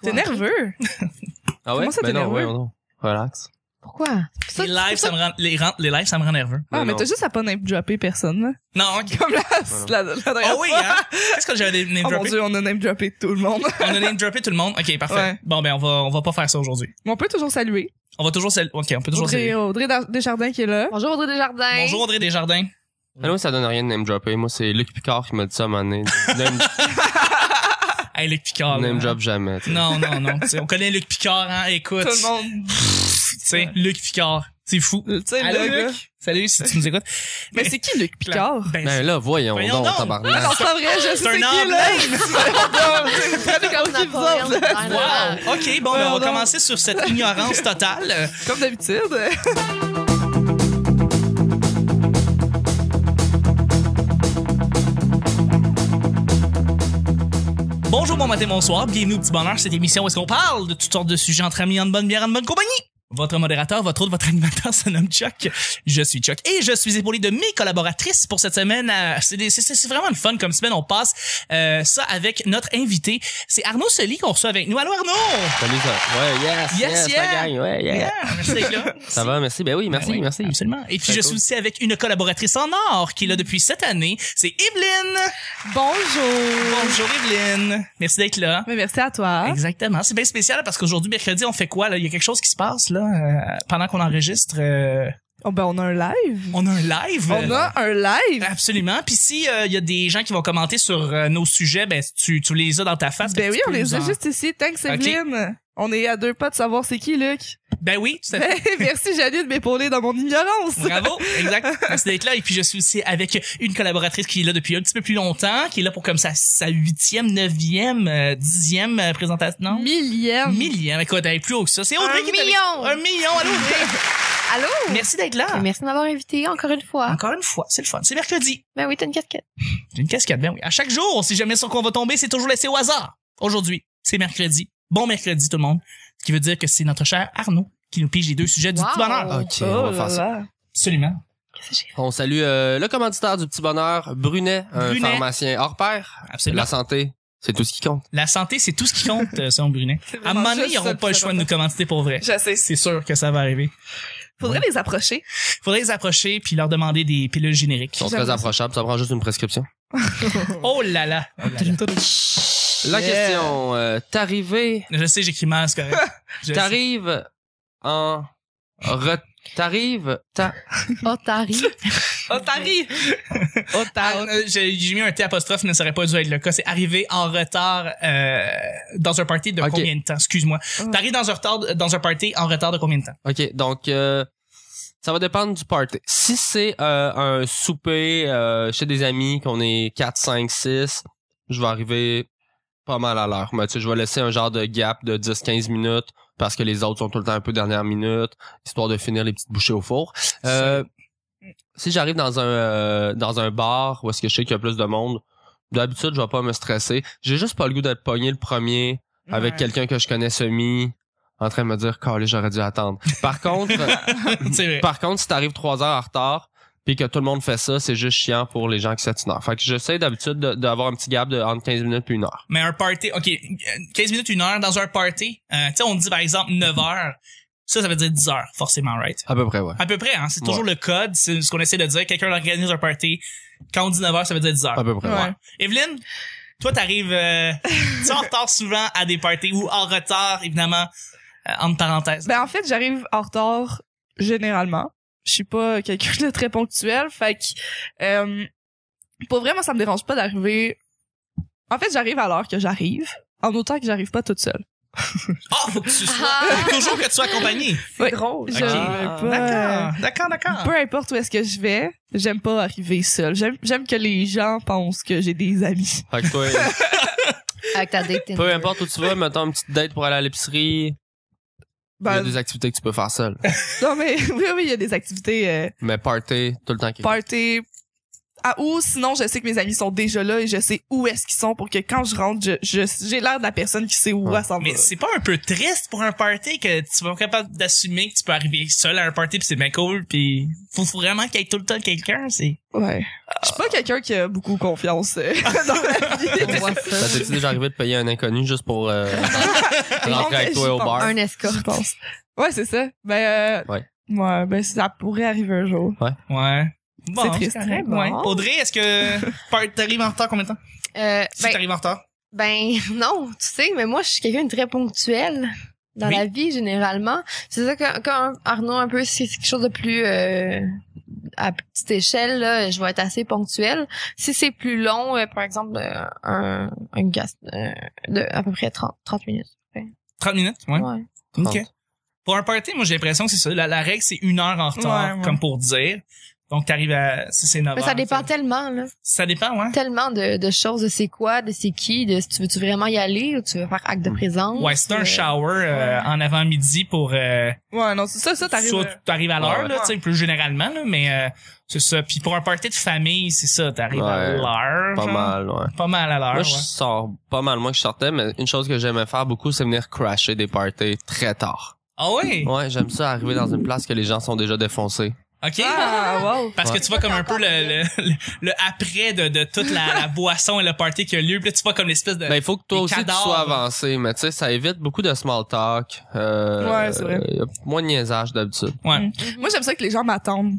T'es nerveux. Ah ouais? Comment ça, Ben t'es non, ouais, nerveux? non. Relax. Pourquoi? Ça, Les lives, c'est ça me rend, les, ran- les lives, ça me rend nerveux. Ah, Non, mais Ben non. t'as juste à pas name dropper personne, là. Non, ok. Comme la, non. la, la dernière Oh oui, fois. hein? Est-ce que j'avais name Ah Oh mon droppé? dieu, on a name droppé tout le monde. on a name droppé tout le monde? Ok, parfait. Ouais. Bon, ben, on va, on va pas faire ça aujourd'hui. Mais on peut toujours saluer. On va toujours saluer. Ok, on peut toujours Audrey, saluer. Audrey Da- Desjardins qui est là. Bonjour Audrey Desjardins. Bonjour, Audrey Desjardins. Ah non, ça donne rien de name dropper. Moi, c'est Luc Picard qui m'a dit ça à un moment donné. Name, Hey, Luc Picard. là. name drop jamais. tu sais. Non, non, non. Tu sais, on connaît Luc Picard, hein. Écoute. Tout le monde. Tu sais, Luc Picard. C'est fou. Tu sais, Allô, le gars. Luc. Salut, si tu nous écoutes. Mais c'est qui Luc Picard? Ben, Ben là, voyons, Voyons donc, donc. Ah, tabarnak. non, c'est pas vrai, je sais c'est un qui homme là. nain. Prenez comme qui vous autres, là. Wow! OK, bon, ben, on va Pardon. commencer sur cette ignorance totale. Comme d'habitude. Bonjour, bon matin, bonsoir. Bienvenue au Petit Bonheur, cette émission où est-ce qu'on parle de toutes sortes de sujets entre amis, en bonne bière, en bonne compagnie. Votre modérateur, votre autre, votre animateur se nomme Chuck. Je suis Chuck et je suis épaulé de mes collaboratrices pour cette semaine. Euh, C'est des- c'est- c'est- c'est vraiment une fun comme semaine. On passe euh, ça avec notre invité. C'est Arnaud Soli qu'on reçoit avec nous. Allô Arnaud! Salut, ça. Ouais, yes, Yes, yes, yeah. la gang, ouais, yeah. Yeah, merci d'être là. Ça va, merci. Ben oui, merci, Ben oui, merci. Absolument. Et puis Très je suis cool. aussi avec une collaboratrice en or qui est là depuis cette année. C'est Evelyne. Bonjour. Bonjour Evelyne. Merci d'être là. Mais merci à toi. Exactement. C'est bien spécial parce qu'aujourd'hui, mercredi, on fait quoi? Là? Il y a quelque chose qui se passe là euh, pendant qu'on enregistre. euh, Oh, ben, on a un live. on a un live. On a un live. Absolument. Puis si euh, il y a des gens qui vont commenter sur euh, nos sujets, ben tu, tu les as dans ta face. Ben Tu oui, on peux les nous a en- juste ici. Thanks, Ok. Evelyne. On est à deux pas de savoir c'est qui, Luc. Ben oui, tout à fait. Ben, merci, Janine, de m'épauler dans mon ignorance. Bravo, exact. Merci d'être là. Et puis je suis aussi avec une collaboratrice qui est là depuis un petit peu plus longtemps, qui est là pour comme sa, sa huitième, neuvième, euh, dixième euh, présentation. Non? Millième. Millième. Écoute, elle est plus haut que ça. C'est Audrey Un qui est avec- million. Un million, allô Audrey. Allô? Merci d'être là. Merci de m'avoir invité encore une Ah. fois. Encore une fois, c'est le fun. C'est mercredi. Ben oui, t'as une casquette. J'ai une cascade, ben oui. À chaque jour, on sait jamais sur quoi on va tomber, c'est toujours laissé au hasard. Aujourd'hui, c'est mercredi. Bon mercredi, tout le monde. Ce qui veut dire que c'est notre cher Arnaud qui nous pige les deux sujets du Wow. petit bonheur. Ok, Oh on va là faire ça. là. Absolument. Qu'est-ce que j'ai? On salue euh, le commanditaire du petit bonheur, Brunet, un Brunet. pharmacien hors pair. Absolument. La santé, c'est tout ce qui compte. La santé, c'est tout ce qui compte, euh, selon Brunet. C'est À un vraiment moment donné, juste ils ça n'auront pas le plus choix de nous commenter pour vrai. important. Je sais. C'est sûr que ça va arriver. Faudrait les approcher. Faudrait les approcher puis leur demander des pilules Ils génériques. sont J'aime très ça. approchables, ça prend juste une prescription. Oh là là. La Yeah. question, euh, t'arrives, Je sais, j'écris mal, c'est correct. Je sais. t'arrives en... Re... T'arrives... t'a- Oh, Otari. Oh, Otari. Oh, Ah, Otari. euh, J'ai j'ai mis un T apostrophe, ne serait pas dû être le cas. C'est arrivé en retard euh, dans un party de Ok. combien de temps? Excuse-moi. Oh. T'arrives dans un retard dans un party en retard de combien de temps? OK, donc euh, ça va dépendre du party. Si c'est euh, un souper euh, chez des amis, qu'on est 4, 5, 6, je vais arriver pas mal à l'heure. Mais tu sais, je vais laisser un genre de gap de 10-15 minutes parce que les autres sont tout le temps un peu dernière minute, histoire de finir les petites bouchées au four. Euh, si j'arrive dans un euh, dans un bar où est-ce que je sais qu'il y a plus de monde, d'habitude je vais pas me stresser. J'ai juste pas le goût d'être pogné le premier avec quelqu'un que je connais semi en train de me dire calé j'aurais dû attendre par contre C'est vrai. par contre si t'arrives trois heures en retard puis que tout le monde fait ça c'est juste chiant pour les gens qui s'attirent une heure fait que j'essaie d'habitude de- d'avoir un petit gap de entre 15 minutes puis une heure Mais un party, OK, euh, 15 minutes, une heure dans un party, euh, tu sais, on dit par exemple 9 heures. Ça, ça veut dire 10 heures, forcément, right? à peu près ouais À peu près, hein. C'est toujours le code. C'est ce qu'on essaie de dire. Quelqu'un organise un party. Quand on dit 9h, ça veut dire 10h. à peu près ouais, Ouais. Evelyne, toi, t'arrives, euh, tu es en retard souvent à des parties ou en retard, évidemment, euh, entre parenthèses. Ben, en fait, j'arrive en retard, généralement. Je suis pas quelqu'un de très ponctuel, fait que, euh, pour vrai, moi, ça me dérange pas d'arriver. En fait, j'arrive à l'heure que j'arrive, en autant que j'arrive pas toute seule. Oh, faut que tu sois, Ah. faut toujours que tu sois accompagné. C'est drôle. Je- Ok. Ah. D'accord, d'accord, d'accord. Peu importe où est-ce que je vais, j'aime pas arriver seule. J'aime, j'aime que les gens pensent que j'ai des amis. Fait que toi, Avec ta date Tinder. peu importe où tu vas mettons une petite date pour aller à l'épicerie il y a Ben, des activités que tu peux faire seul non, mais oui, oui, il y a des activités euh, mais party tout le temps qu'il party, à où, sinon je sais que mes amis sont déjà là et je sais où est-ce qu'ils sont pour que quand je rentre, je- je- j'ai l'air de la personne qui sait où Ouais. elle s'en va. Mais c'est pas un peu triste pour un party que tu sois pas capable d'assumer que tu peux arriver seul à un party pis c'est bien cool pis faut faut vraiment qu'il y ait tout le temps quelqu'un, c'est. Ouais. Je suis pas quelqu'un qui a beaucoup confiance euh, dans la vie. On voit ça. Ça t'est Ben, déjà arrivé de payer un inconnu juste pour euh, Non, rentrer mais avec toi j'y au pense. bar? Un Je escorte. pense. Ouais, c'est ça. Ben, euh, Ouais. ouais, ben, ça pourrait arriver un jour. Ouais. Bon, triste. Oh. correct, Bon. ouais. Audrey, est-ce que par- t'arrives en retard combien de temps? Euh, Si ben, t'arrives en retard? Ben non, tu sais, mais moi je suis quelqu'un de très ponctuel dans Oui. la vie généralement. C'est ça que quand Arnaud un peu c'est quelque chose de plus euh, à petite échelle là, je vais être assez ponctuel. Si c'est plus long, euh, par exemple euh, un un gas euh, de à peu près 30, 30 minutes. 30 minutes? Ouais. Ouais. Ok. Pour un party, moi j'ai l'impression que c'est ça. La, la règle, c'est une heure en retard, Ouais, ouais. comme pour dire. Donc t'arrives à. Si c'est 9 Mais Ben, ça heures, dépend t'sais. tellement là, Ça dépend, ouais. tellement de, de choses, de c'est quoi, de c'est qui, de si tu veux tu vraiment y aller ou tu veux faire acte de présence. Mm. Ouais, c'est un euh, shower euh, en avant-midi pour. Euh, Ouais, non, c'est ça, ça t'arrive. soit euh, t'arrives à l'heure, Ouais. là, tu sais, plus généralement, là, mais euh, c'est ça. Puis pour un party de famille, c'est ça, t'arrives à Ouais. l'heure. Pas genre. mal, ouais. Pas mal à l'heure, Moi, ouais. je sors pas mal moins que je sortais, mais une chose que j'aimais faire beaucoup, c'est venir crasher des parties très tard. Ah oui? Ouais, j'aime ça arriver dans une place que les gens sont déjà défoncés. OK. Ah, wow. Parce Ouais. que tu vois comme un peu le, le, le- le après de, de toute la, la boisson et le party qui a lieu. Puis là, tu vois comme l'espèce de... Ben, il faut que toi Des aussi cadavres. tu sois avancé, mais tu sais, ça évite beaucoup de small talk. Euh, Ouais, c'est vrai. y a moins de niaisage d'habitude. Moi, j'aime ça que les gens m'attendent.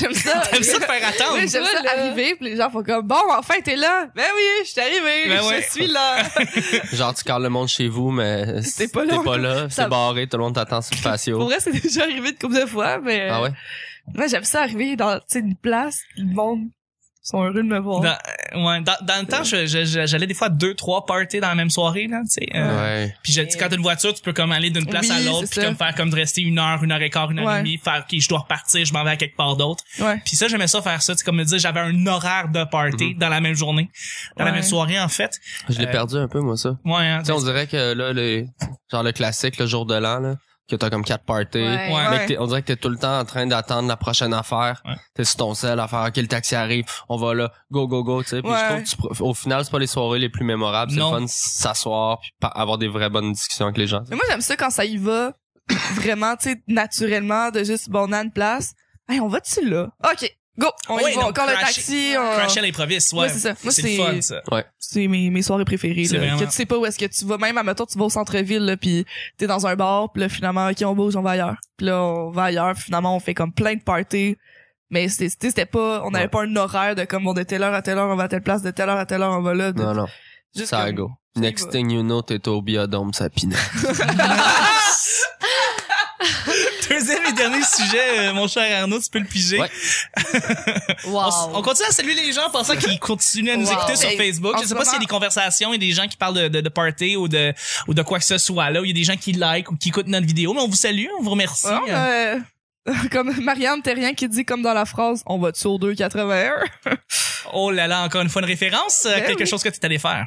J'aime ça. T'aimes ça te faire attendre? Oui, j'aime ça arriver, puis les gens font comme, bon, enfin, t'es là. Ben oui, je suis arrivée, Ben je ouais. suis là. Genre, tu carres le monde chez vous, mais T'es si pas là. là, Ça- c'est barré, tout le monde t'attend sur le Pour patio. vrai, c'est déjà arrivé une couple de fois, mais euh, Ah ouais? moi, j'aime ça arriver dans, tu sais, une place, le monde sont heureux de me voir. Dans, euh, ouais, dans, dans le temps, je- je- je- j'allais des fois à deux, trois parties dans la même soirée, là, tu sais. euh, Ouais. Puis je- tu sais, quand t'as une voiture, tu peux comme aller d'une place à Oui, l'autre, c'est puis ça. comme faire comme de rester une heure, une heure et quart, une heure Ouais. et demie, faire ok, je dois repartir, je m'en vais à quelque part d'autre. Ouais. Puis ça, j'aimais ça faire ça. Tu sais, comme me dire, j'avais un horaire de party Mhm. dans la même journée, dans la Ouais. même soirée, en fait. Je l'ai Euh, perdu un peu, moi, ça. Ouais, hein, Tu sais, on dirait que là, les, genre le classique, le jour de l'an, là, que t'as comme quatre parties. Ouais. Ouais. Mais que t'es- on dirait que t'es tout le temps en train d'attendre la prochaine affaire. Ouais. T'es sur ton sel à faire, ok, le taxi arrive, on va là, go, go, go, tu sais. Puis Ouais. je trouve que tu pro- au final, c'est pas les soirées les plus mémorables. C'est le Non. fun de s'asseoir puis pa- avoir des vraies bonnes discussions avec les gens. Mais moi, j'aime ça quand ça y va vraiment, tu sais, naturellement, de juste, bon, on a une place. Hey, on va-tu là? OK, go! On Ouais, y va, non, on colle le crasher- taxi. On... Crash à l'improviste, ouais. Ouais, c'est ça. Moi, c'est le c'est- fun, ça. c'est mes, mes soirées préférées C'est là, vraiment- que tu sais pas où est-ce que tu vas même à mettons tu vas au centre-ville là puis t'es dans un bar puis là finalement ok on bouge on va ailleurs puis là on va ailleurs puis finalement on fait comme plein de parties mais c'était c'était- c'était pas on n'avait Ouais. pas un horaire de comme bon de telle heure à telle heure on va à telle place de telle heure à telle heure on va là de- Non, non, juste ça comme- go. ça y Next va. thing you know, t'es au biodome, ça pinait. Deuxième et dernier sujet, euh, mon cher Arnaud, tu peux le piger. Ouais. Wow. On, s- on continue à saluer les gens en pensant qu'ils continuent à nous Wow. écouter sur Hey, Facebook. en Je sais ce pas s'il y a moment- des conversations et des gens qui parlent de, de, de party ou de, ou de quoi que ce soit là, ou il y a des gens qui like ou qui écoutent notre vidéo, mais on vous salue, on vous remercie. Ouais, on Euh, a- comme Marianne Terrien qui dit comme dans la phrase on va sur 2,81 Oh là là, encore une fois une référence, euh, Ben quelque oui. chose que tu allé faire.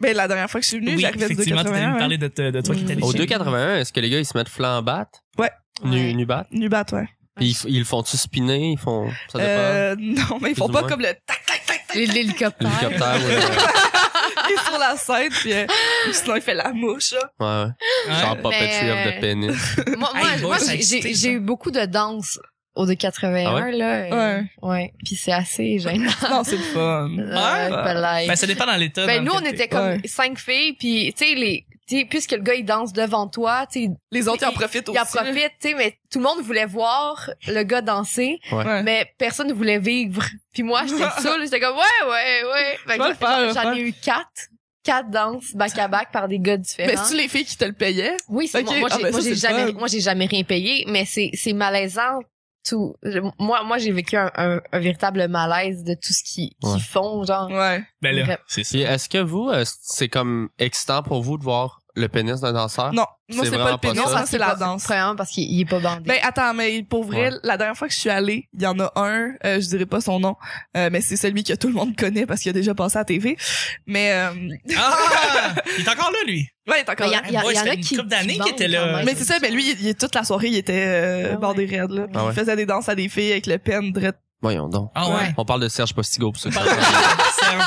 ben la dernière fois que je suis venue oui, j'arrivais à effectivement, tu allé hein. 2,81 nous ouais. parler de, te- de toi qui t'es allé Au chez- 2,81, est-ce que les gars, ils se mettent flambat? Ouais. Nu, nu bat? Nubat ouais Puis ils, f- ils le font-tu spinner? Ils font, ça dépend. euh, non mais ils font Plus ou pas moins. comme le tac tac tac tac L'hélicoptère. L'hélicoptère ou le- il est sur la scène puis euh, sinon il fait la mouche là. Ouais, Hein? ouais. Ouais. Genre puppetry Mais, of euh, the penis. moi, Hey, moi, boy, moi, ça a j'ai- excité, j'ai ça. j'ai eu beaucoup de danse au de 81 Ah là euh, ouais puis c'est assez gênant Non, c'est le fun. Là, Ouais. palais. Ben, ça dépend dans l'état. ben dans nous on lequel était t'es. comme Ouais. cinq filles puis tu sais les tu sais, puisque le gars il danse devant toi tu sais Les autres, ils en profitent aussi. il en profite tu sais mais tout le monde voulait voir le gars danser Ouais. mais personne ne voulait vivre puis moi j'étais saoule j'étais comme ouais ouais ouais Fait que Je vais le faire, je vais j'en le ai eu quatre quatre danses back à back par des gars différents Mais c'est-tu les filles qui te le payaient? Oui, c'est Ok, moi, moi, ah j'ai, ben moi, ça, j'ai c'est le jamais, fun. moi, j'ai jamais rien payé, mais c'est, c'est malaisant. Tout, je- moi, moi, j'ai vécu un, un- un véritable malaise de tout ce qu'ils, qu'ils Ouais. font, genre. Ouais. Ben là, Ouais. c'est ça. Puis est-ce que vous, euh, c'est comme excitant pour vous de voir le pénis d'un danseur? Non, moi, C'est c'est pas vraiment le pas pénis, ça. moi, c'est la pas- danse. Premièrement, parce qu'il il est pas bandé. Ben, attends, mais pour vrai, la dernière fois que je suis allée, il y en a un, euh, je dirais pas son nom, euh, mais c'est celui que tout le monde connaît parce qu'il a déjà passé à la TV. Mais, euh, Ah! Il est encore là, lui. ouais, il est encore Mais là. Il y a- Ouais, il y en ça fait a une qui- couple d'années qui qu'il était bandent quand là. même. Mais c'est ça, mais lui, il, il- toute la soirée, il était euh, Ah ouais. bandé raide, là. Puis Ah ouais. Il faisait des danses à des filles avec le pen drette Voyons donc. Ah ouais. Ouais. On parle de Serge Postigo pour ceux qui savent pas. Serge.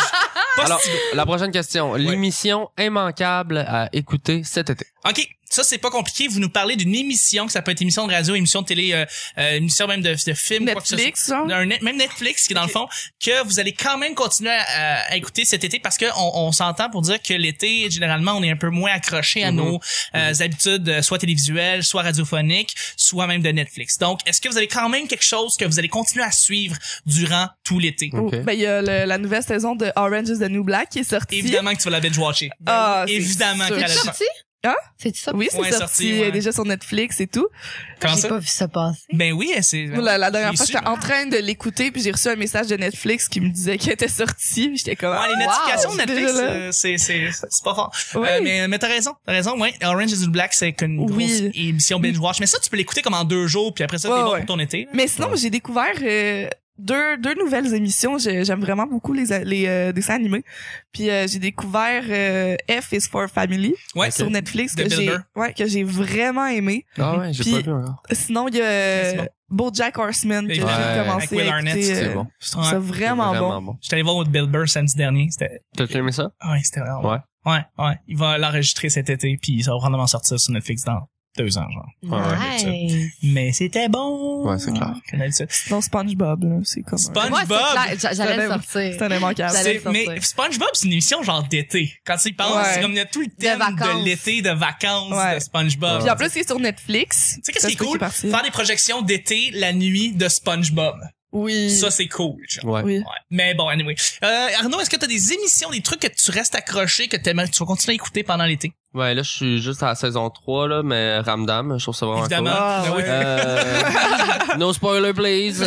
Pas Alors, si- la prochaine question. L'émission immanquable à écouter cet été. OK. Ça, c'est pas compliqué. Vous nous parlez d'une émission, que ça peut être émission de radio, émission de télé, euh, euh, émission même de, de film, quoi que ce soit. Netflix, genre. Un net- même Netflix qui est dans le fond que vous allez quand même continuer à, à écouter cet été parce que on, on s'entend pour dire que l'été généralement on est un peu moins accroché à Mm-hmm. Mhm. nos euh, habitudes euh, soit télévisuelles soit radiophoniques soit même de Netflix donc est-ce que vous avez quand même quelque chose que vous allez continuer à suivre durant tout l'été Oh, Ok. Ben, il y a le- la nouvelle saison de Orange is the New Black qui est sortie. évidemment que tu vas la binge watcher Ah, c'est évidemment sûr. qu'elle a C'est le faire. sorti? Hein? C'est ça? Oui, c'est Ouais, sorti. sorti, elle est ouais. déjà sur Netflix et tout. Comment J'ai ça? pas vu ça passer. ben oui c'est La, la dernière J'ai fois, su. j'étais en train de l'écouter, puis j'ai reçu un message de Netflix qui me disait qu'elle était sortie. puis J'étais comme... Ouais, ah, les Wow. notifications de Netflix, Déjà là. euh, c'est c'est c'est pas fort. oui. Euh, mais mais t'as raison, t'as raison. Ouais, Orange is the New Black, c'est une grosse Oui. émission binge watch. Mais ça, tu peux l'écouter comme en deux jours, puis après ça, t'es Ouais, bon ouais. pour ton été. là. Mais sinon, j'ai découvert euh, deux, deux nouvelles émissions. J'ai- J'aime vraiment beaucoup les, a- les euh, dessins animés. Puis euh, j'ai découvert euh, F is for Family Ouais, sur Netflix The que j'ai Builder. ouais, que j'ai vraiment aimé. Ah ouais, j'ai Puis- pas vu encore. Sinon, il y a euh, C'est BoJack Horseman que j'ai Évidemment. Ouais. commencé Avec Will à Arnett, écouter. C'est euh, bon. Je trouve ça Ouais. vraiment, bon. J'étais allé voir au Bill Burr samedi dernier. C'était, ah T'as aimé ça? ouais, c'était vraiment. Ouais. Ouais, ouais. Il va l'enregistrer cet été, puis ça va probablement sortir sur Netflix dans deux ans, genre. Ouais, ouais, Nice. Mais c'était bon. Ouais, c'est clair. Comme d'habitude. Sinon, SpongeBob, là, c'est comme... un- SpongeBob. Moi, c'est clair, j'a- Ça j'allais devait- le sortir. C'est un immanquable. J'allais C'est- sortir. mais SpongeBob, c'est une émission genre d'été. Quand tu y penses, Ouais. c'est comme il y a tout le thème de, vacances. l'été, de vacances, Ouais. de SpongeBob. Puis en plus, c'est sur Netflix. Tu sais qu'est-ce qui est Parce cool? que c'est parti. Faire des projections d'été la nuit de SpongeBob. Oui. Ça, c'est cool. genre. Ouais. oui. Ouais. Mais bon, anyway. Euh, Arnaud, est-ce que t'as des émissions, des trucs que tu restes accroché, que t'aimerais- tu vas continuer à écouter pendant l'été? Ouais, là, je suis juste à la saison 3, là, mais Ramdam, je trouve ça vraiment Évidemment. cool. Ah, Ben oui. ouais. Euh, no spoiler, please.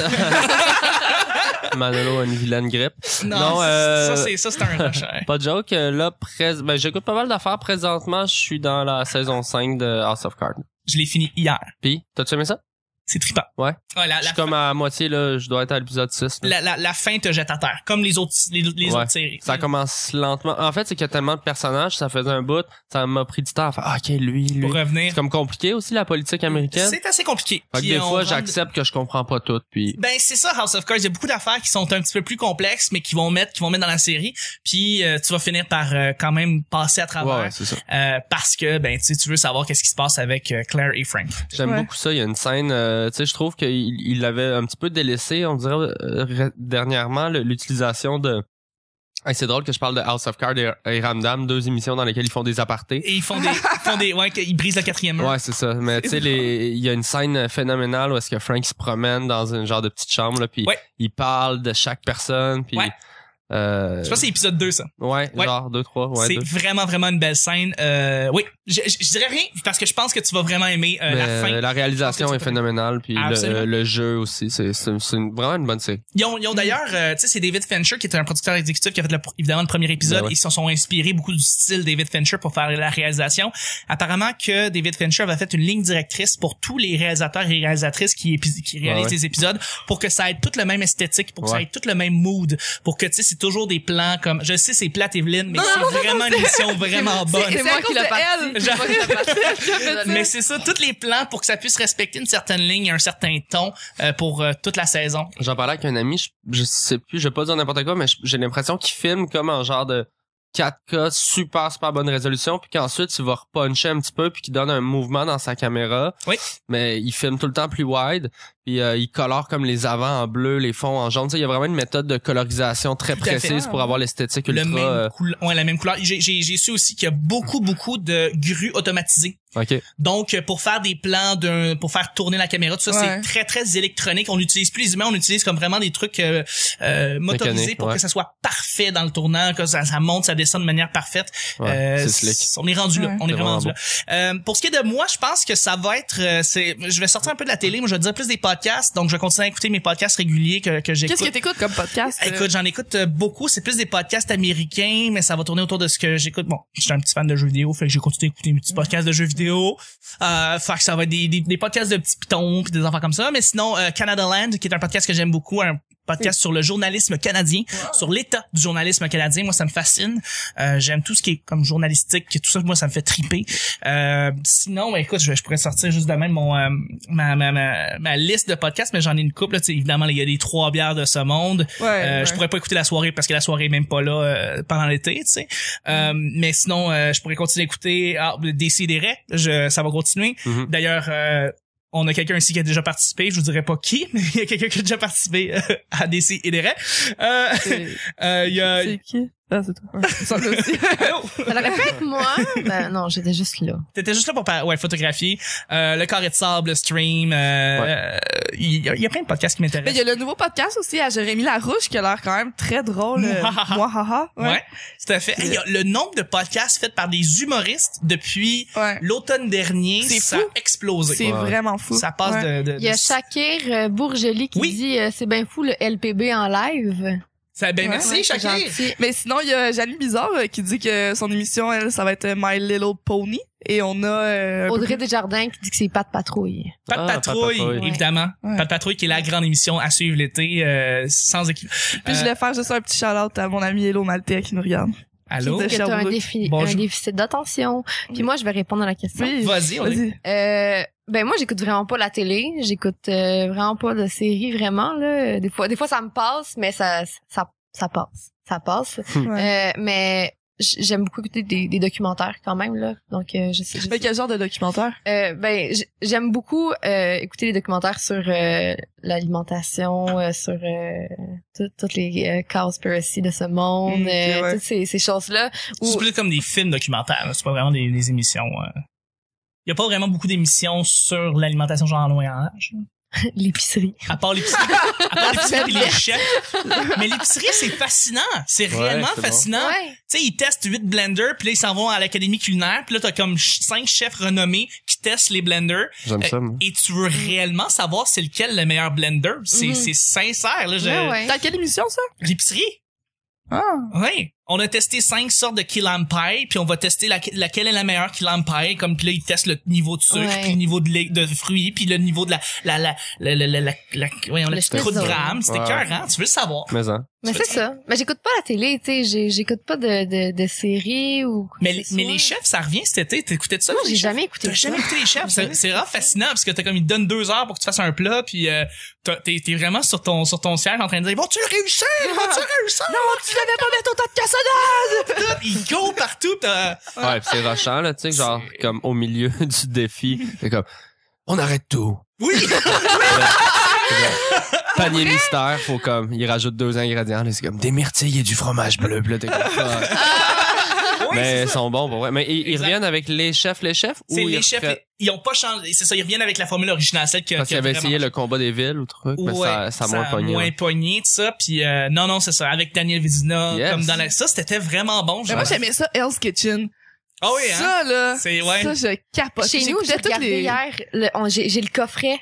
Manolo a une vilaine grippe. Non, euh, ça, c'est, ça, c'est un rush. hein. Pas de joke, euh, là, prés... ben, j'écoute pas mal d'affaires. Présentement, je suis dans la saison 5 de House of Cards. Je l'ai fini hier. Puis, t'as-tu aimé ça? C'est trippant. Ouais. la, je la, suis comme à moitié, là, je dois être à l'épisode 6. là. la, la, la fin te jette à terre, comme les autres, les, les Ouais. autres séries. Ça commence lentement. En fait, c'est qu'il y a tellement de personnages, ça faisait un bout, ça m'a pris du temps à faire, ah, ok, lui, lui. Pour revenir. C'est comme compliqué aussi, la politique américaine. C'est assez compliqué. Fait que Puis des on fois, rentre- j'accepte que je comprends pas tout, puis Ben c'est ça House of Cards, il y a beaucoup d'affaires qui sont un petit peu plus complexes mais qui vont mettre qui vont mettre dans la série puis euh, tu vas finir par euh, quand même passer à travers ouais, ouais, c'est ça. euh, parce que ben tu sais, tu veux savoir qu'est-ce qui se passe avec euh, Claire et Frank. J'aime Ouais. beaucoup ça. Il y a une scène, euh, tu sais, je trouve qu'il il l'avait un petit peu délaissé, on dirait euh, ré- dernièrement le- l'utilisation de. Hey, c'est drôle que je parle de House of Cards et, et Ramdam, deux émissions dans lesquelles ils font des apartés. Et ils font des, ils font des, ouais, ils brisent le quatrième mur. Ouais, c'est ça. Mais tu sais, les- il y a une scène phénoménale où est-ce que Frank se promène dans une genre de petite chambre, là, puis Ouais. il parle de chaque personne, puis. Ouais. Euh, Je pense que c'est épisode 2, ça. ouais, Ouais. genre deux, trois, ouais, c'est deux. vraiment, vraiment une belle scène. Euh, oui, je, je, je dirais rien parce que je pense que tu vas vraiment aimer euh, la Mais fin. la réalisation Je pense est que tu peux- phénoménale, puis le, Absolument. le jeu aussi, c'est c'est- c'est une- vraiment une bonne série. Ils ont, ils ont d'ailleurs, euh, tu sais, c'est David Fincher qui est un producteur exécutif qui a fait le pr- évidemment le premier épisode. Ben ouais. Ils se sont inspirés beaucoup du style David Fincher pour faire la réalisation. Apparemment que David Fincher avait fait une ligne directrice pour tous les réalisateurs et réalisatrices qui, épi- qui réalisent Ouais, ouais. des épisodes pour que ça ait toute le même esthétique, pour que ça Ouais. ait tout le même mood, pour que tu sais, c'est toujours des plans comme, je sais, c'est plate Evelyne, mais c'est vraiment une émission vraiment bonne. C'est à moi qui cause l'ai de parti. elle. C'est moi qui l'ai parti. Désolée. Mais c'est ça, tous les plans pour que ça puisse respecter une certaine ligne et un certain ton euh, pour euh, toute la saison. J'en parlais avec un ami, je, je sais plus, je vais pas dire n'importe quoi, mais je- j'ai l'impression qu'il filme comme un genre de 4K, super, super bonne résolution, puis qu'ensuite tu vas repuncher un petit peu, puis qu'il donne un mouvement dans sa caméra. Oui. Mais il filme tout le temps plus wide, puis euh, il colore comme les avants en bleu, les fonds en jaune. Tu sais, il y a vraiment une méthode de colorisation très Tout à fait. précise pour avoir l'esthétique Le ultra. même euh, Mm. couleur- ouais, la même couleur. J'ai, j'ai, j'ai su aussi qu'il y a beaucoup, beaucoup de grues automatisées. OK. Donc, euh, pour faire des plans, d'un, pour faire tourner la caméra, tout ça, Ouais. c'est très, très électronique. On n'utilise plus les humains, on utilise comme vraiment des trucs euh, euh, motorisés Mécanique, pour ouais. que ça soit parfait dans le tournant, que ça, ça monte, ça descend de manière parfaite. Ouais, Euh, c'est slick. On est rendu là. Ouais. On est C'est vraiment vraiment rendu là. Euh, pour ce qui est de moi, je pense que ça va être. euh, c'est, je vais sortir un peu de la télé, mais je vais dire plus des podcasts. Donc, je vais continuer à écouter mes podcasts réguliers que, que j'écoute. Qu'est-ce que t'écoutes comme podcast? euh? Écoute, j'en écoute euh, beaucoup. C'est plus des podcasts américains, mais ça va tourner autour de ce que j'écoute. Bon, je suis un petit fan de jeux vidéo, fait que j'ai continué d'écouter mes petits Mm-hmm. podcasts de jeux vidéo. Euh, fait que ça va être des, des, des podcasts de petits pitons puis des enfants comme ça. Mais sinon, euh, Canada Land, qui est un podcast que j'aime beaucoup, un Mm. podcast sur le journalisme canadien, sur l'état du journalisme canadien. Moi, ça me fascine. Euh, J'aime tout ce qui est comme journalistique, tout ça, moi, ça me fait triper. Euh, sinon, ben, écoute, je, je pourrais sortir juste de même mon euh, ma, ma, ma, ma liste de podcasts, mais j'en ai une couple. Là, Tu sais, évidemment, il y a les trois bières de ce monde. Ouais, Euh, ouais. Je pourrais pas écouter la soirée parce que la soirée est même pas là euh, pendant l'été, tu sais. Euh, Mm-hmm. mais sinon, euh, je pourrais continuer d'écouter ah, Décideret, je ça va continuer. Mm-hmm. Mhm. D'ailleurs, euh, on a quelqu'un ici qui a déjà participé, je vous dirais pas qui, mais il y a quelqu'un qui a déjà participé euh, à Décideret. Euh, C'est- euh, il y a... C'est qui? Ah, c'est toi. Ouais, ça me aussi. Allô? Ça aurait pu être moi. Ben non, j'étais juste là. T'étais juste là pour par- ouais, photographier. Euh, le carré de sable, le stream. euh, euh, Il y, a- il y a plein de podcasts qui Mais il m'intéressent. y a le nouveau podcast aussi à Jérémy Larouche qui a l'air quand même très drôle. euh, Mouahaha. Mouahaha, Ouais. tout à fait. Hey, Il y a le nombre de podcasts faits par des humoristes depuis Ouais. L'automne dernier, C'est ça fou. a explosé. C'est Ouais. vraiment fou. Ça passe Ouais. de, de- Il y a de- Shakir euh, Bourgeli qui Oui. dit euh, c'est bien fou le LPB en live. Ça, ben Ouais, merci, Ouais, c'est Shakir. gentil. Mais sinon, il y a Janine Bizarre euh, qui dit que son émission, elle, ça va être euh, My Little Pony. Et on a... euh, un peu Audrey Desjardins qui dit que c'est pas de patrouille. Pas de Ah, Pat patrouille, Patrouille. évidemment. Ouais. Pas de patrouille qui est la grande émission à suivre l'été euh, sans équipe. Puis je Euh, voulais faire juste un petit shout-out à mon ami Hello Maltais qui nous regarde. Allô? de- Que t'as un, Sherbrooke. défi- un Bonjour. déficit d'attention. Puis moi, je vais répondre à la question. Oui, Vas-y, on vas-y. Euh, ben moi j'écoute vraiment pas la télé, j'écoute euh, vraiment pas de séries vraiment là, des fois des fois ça me passe mais ça ça ça passe, ça passe. Hmm. Euh, mais j- j'aime beaucoup écouter des, des documentaires quand même là. Donc euh, je sais, je Mais sais. quel genre de documentaire? Euh, ben j- j'aime beaucoup euh, écouter les documentaires sur euh, l'alimentation, euh, sur euh, tout- toutes les euh, conspiracies de ce monde, Mm, ok, euh, ouais. toutes ces, ces choses-là. C'est Ou- plus comme des films documentaires, là. c'est pas vraiment des, des émissions. euh. Il y a pas vraiment beaucoup d'émissions sur l'alimentation genre en loin âge. L'épicerie. À part l'épicerie, à Ah, part l'épicerie pis les chefs. Mais l'épicerie, c'est fascinant. C'est Ouais, réellement c'est bon. fascinant. Ouais. Tu sais, ils testent huit blenders, puis là, ils s'en vont à l'académie culinaire, puis là, t'as comme ch- cinq chefs renommés qui testent les blenders, J'aime ça, moi. et tu veux Mm. réellement savoir c'est lequel le meilleur blender. C'est Mhm. c'est sincère, là. je- Ouais, Ben, ouais. Dans quelle émission, ça? L'épicerie. Ah. Oui. On a testé cinq sortes de key lime pie, puis on va tester laque- laquelle est la meilleure key lime pie, comme puis là, ils testent le niveau de sucre, Ouais. puis le niveau de, lait- de fruits, puis le niveau de la, la, la, la, la, la, la, la- voyons, la Le croûte schnitzel. gramme. C'était Ouais. cœur, hein? Tu veux le savoir. Mais hein. Mais c'est ça. Mais j'écoute pas la télé, tu sais, j'ai- j'écoute pas de, de, de séries ou quoi Mais, que les- ce mais soit. les chefs, ça revient cet été. T'écoutais de ça? Moi, les j'ai chefs? jamais écouté T'as ça. jamais écouté les chefs. C'est c'est vraiment fascinant parce que t'as comme ils te donnent deux heures pour que tu fasses un plat puis euh, t'as- t'es t'es vraiment sur ton sur ton siège en train de dire bon tu réussis, bon tu réussis. Non, tu devais pas mettre autant de cassonade! Tout, Ils go partout. pis t'as- Ouais, pis c'est rochant, là, tu sais, genre, comme au milieu du défi. C'est comme, on arrête tout. Oui. Eh ben, Ah, Panier mystère, faut comme, il rajoute deux ingrédients, là, c'est comme des myrtilles et du fromage bleu, bleu, t'es comme, ah. Mais ils sont bons, pour vrai. Mais ils, ils Exact. reviennent avec les chefs, les chefs, ou C'est ils les chefs. refait- Ils ont pas changé. C'est ça. Ils reviennent avec la formule originale celle que. Parce que qu'ils avaient vraiment- essayé le combat des villes ou truc, mais ça, Ouais, ça a moins pogné. hein. moins ouais. pogné, tout ça. Puis euh, non, non, c'est ça. Avec Daniel Vizina, Yes. comme dans la... ça, c'était vraiment bon. Mais moi, j'aimais ça, Hell's Kitchen. Ah oui, hein? Ça, là, C'est- ouais. ça, je capote. Chez nous, J'écoutais j'ai toutes regardé les- hier, le- on- j'ai j'ai le coffret,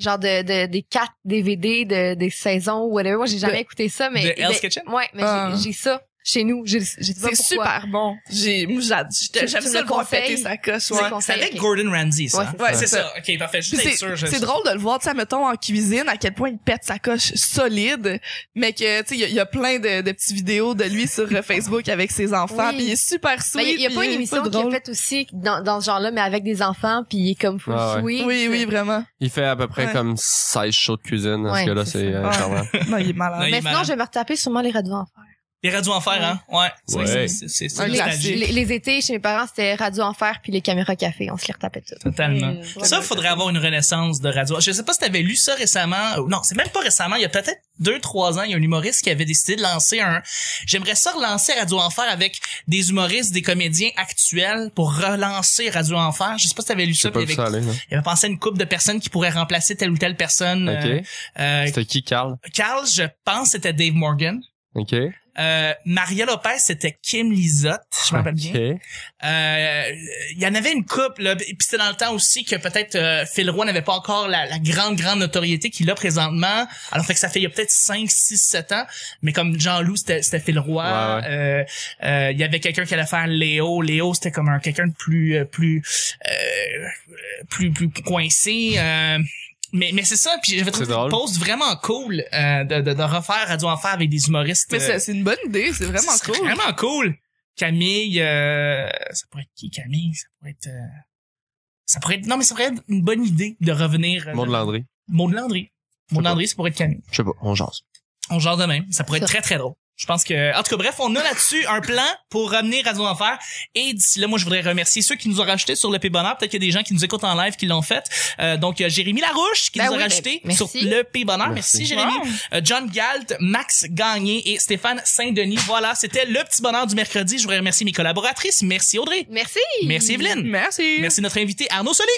genre de, de- des quatre DVD de, des saisons ou whatever. Moi, j'ai jamais De- écouté ça, mais. de Hell's mais- Kitchen? Ouais, mais Ah. j'ai- j'ai ça chez nous. J'ai j'ai pas C'est pourquoi. super bon. J'ai, moi, j'ad- j'étais- Tu- j'aime tu ça me le voir conseilles? péter sa coche, Tu ouais. me conseilles? C'est avec Ok. Gordon Ramsay, ça. Ouais, hein? c'est Ouais, c'est c'est ça. Ok, parfait. Puis Juste être sûr. C'est je- c'est drôle de le voir, tu sais, mettons en cuisine, à quel point il pète sa coche solide, mais que, tu sais, il y a- il y, a plein de, de petites vidéos de lui sur euh, Facebook avec ses enfants, Oui. puis il est super Mais sweet. Ben, il y a puis pas il une est émission pas qui est drôle. faite aussi dans, dans ce genre-là, mais avec des enfants, puis il est comme full Ah ouais. sweet. Oui, oui, vraiment. Il fait à peu près Ouais. comme 16 shows de cuisine, parce Ouais, que là, c'est c'est ça. euh, Ah. Ouais. charmant. Ah. Non, il est malade. Ouais, il est Mais sinon, malade. je vais me retaper sûrement les radios en fer. Les radios en fer, hein? Ouais. C'est- Ouais. c'est- c'est- C'est c'est Un une classique. nostalgie. Les, les étés, chez mes parents, c'était radio en fer, puis les caméras café. On se les retapait toutes. Totalement. Mm. Ça, faudrait avoir une renaissance de radio. Je sais pas si t'avais lu ça récemment. ou- Non, c'est même pas récemment. Il y a peut-être deux, trois ans, il y a un humoriste qui avait décidé de lancer un. J'aimerais ça relancer Radio Enfer avec des humoristes, des comédiens actuels pour relancer Radio Enfer. Je sais pas si t'avais lu Je ça. sais pas puis où Il ça avait, aller, là. il avait pensé à une couple de personnes qui pourraient remplacer telle ou telle personne. Euh, Ok. euh, C'était qui, Carl? Carl, je pense, c'était Dave Morgan. Ok. Euh, Maria Lopez, c'était Kim Lizotte, je me rappelle bien. Ok. Euh, il y en avait une couple, là, puis c'était dans le temps aussi que peut-être euh, Phil Roy n'avait pas encore la, la grande, grande notoriété qu'il a présentement. Alors fait que ça fait il y a peut-être 5, 6, 7 ans, mais comme Jean-Loup, c'était c'était Phil Roy. Ouais, Euh, euh, il y avait quelqu'un qui allait faire Léo. Léo, c'était comme un quelqu'un de plus, euh, plus, euh, plus, plus coincé. Euh, Mais, mais c'est ça, puis j'avais trouvé C'est un drôle. post vraiment cool euh, de, de, de refaire Radio Enfer avec des humoristes. Mais euh, c'est- c'est une bonne idée, c'est vraiment ce serait cool. vraiment cool. Camille, euh, ça pourrait être qui, Camille? Ça pourrait être... euh, ça pourrait être... Non, mais ça pourrait être une bonne idée de revenir... euh, Monde Landry. Maud Landry. Maud Landry, ça pourrait être Camille. Je sais pas, on jase. On genre de même. Ça pourrait être Ça. très, très drôle. Je pense que... En tout cas, bref, on a là-dessus un plan pour ramener Radio Enfer. Et d'ici là, moi, je voudrais remercier ceux qui nous ont rajouté sur le P Bonheur. Peut-être qu'il y a des gens qui nous écoutent en live qui l'ont fait. Euh, donc, euh, Jérémy Larouche qui Ben nous a oui, ben, rajouté merci. sur le P Bonheur. Merci, Merci. Jérémy. Euh, John Galt, Max Gagné et Stéphane Saint-Denis. Voilà, c'était le petit bonheur du mercredi. Je voudrais remercier mes collaboratrices. Merci Audrey. Merci. Merci Evelyne. Merci. Merci notre invité Arnaud Solé.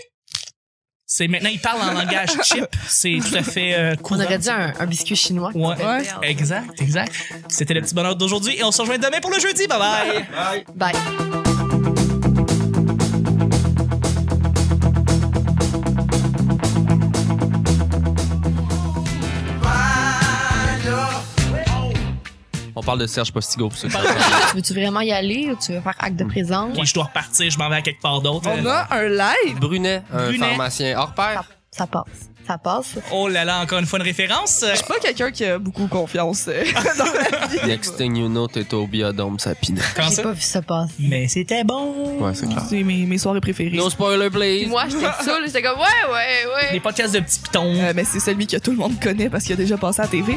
C'est maintenant il parle en langage chip. C'est tout à fait euh, On courant. aurait dit un, un biscuit chinois. Ouais. Ouais. Exact, exact. C'était le petit bonheur d'aujourd'hui et on se rejoint demain pour le jeudi. Bye bye. Bye. On parle de Serge Postigo pour ceux qui Tu Veux-tu vraiment y aller ou tu veux faire acte de présence? Ok, je dois repartir, je m'en vais à quelque part d'autre. On a un live. Brunet, un Brunet. pharmacien hors Ça, pair. ça passe. Ça passe. Oh là là, encore une fois une référence. Euh, Je suis pas quelqu'un qui a beaucoup confiance euh, dans la vie. Next thing you know, t'es au biodome, ça pine. comment J'ai ça? pas vu ça passer. Mais c'était bon. Ouais, c'est clair. C'est mes, mes soirées préférées. No spoiler, please. Moi, j'étais saoule, j'étais comme, ouais, ouais, ouais. Des podcasts de petits pitons. Euh, mais c'est celui que tout le monde connaît parce qu'il a déjà passé à la TV.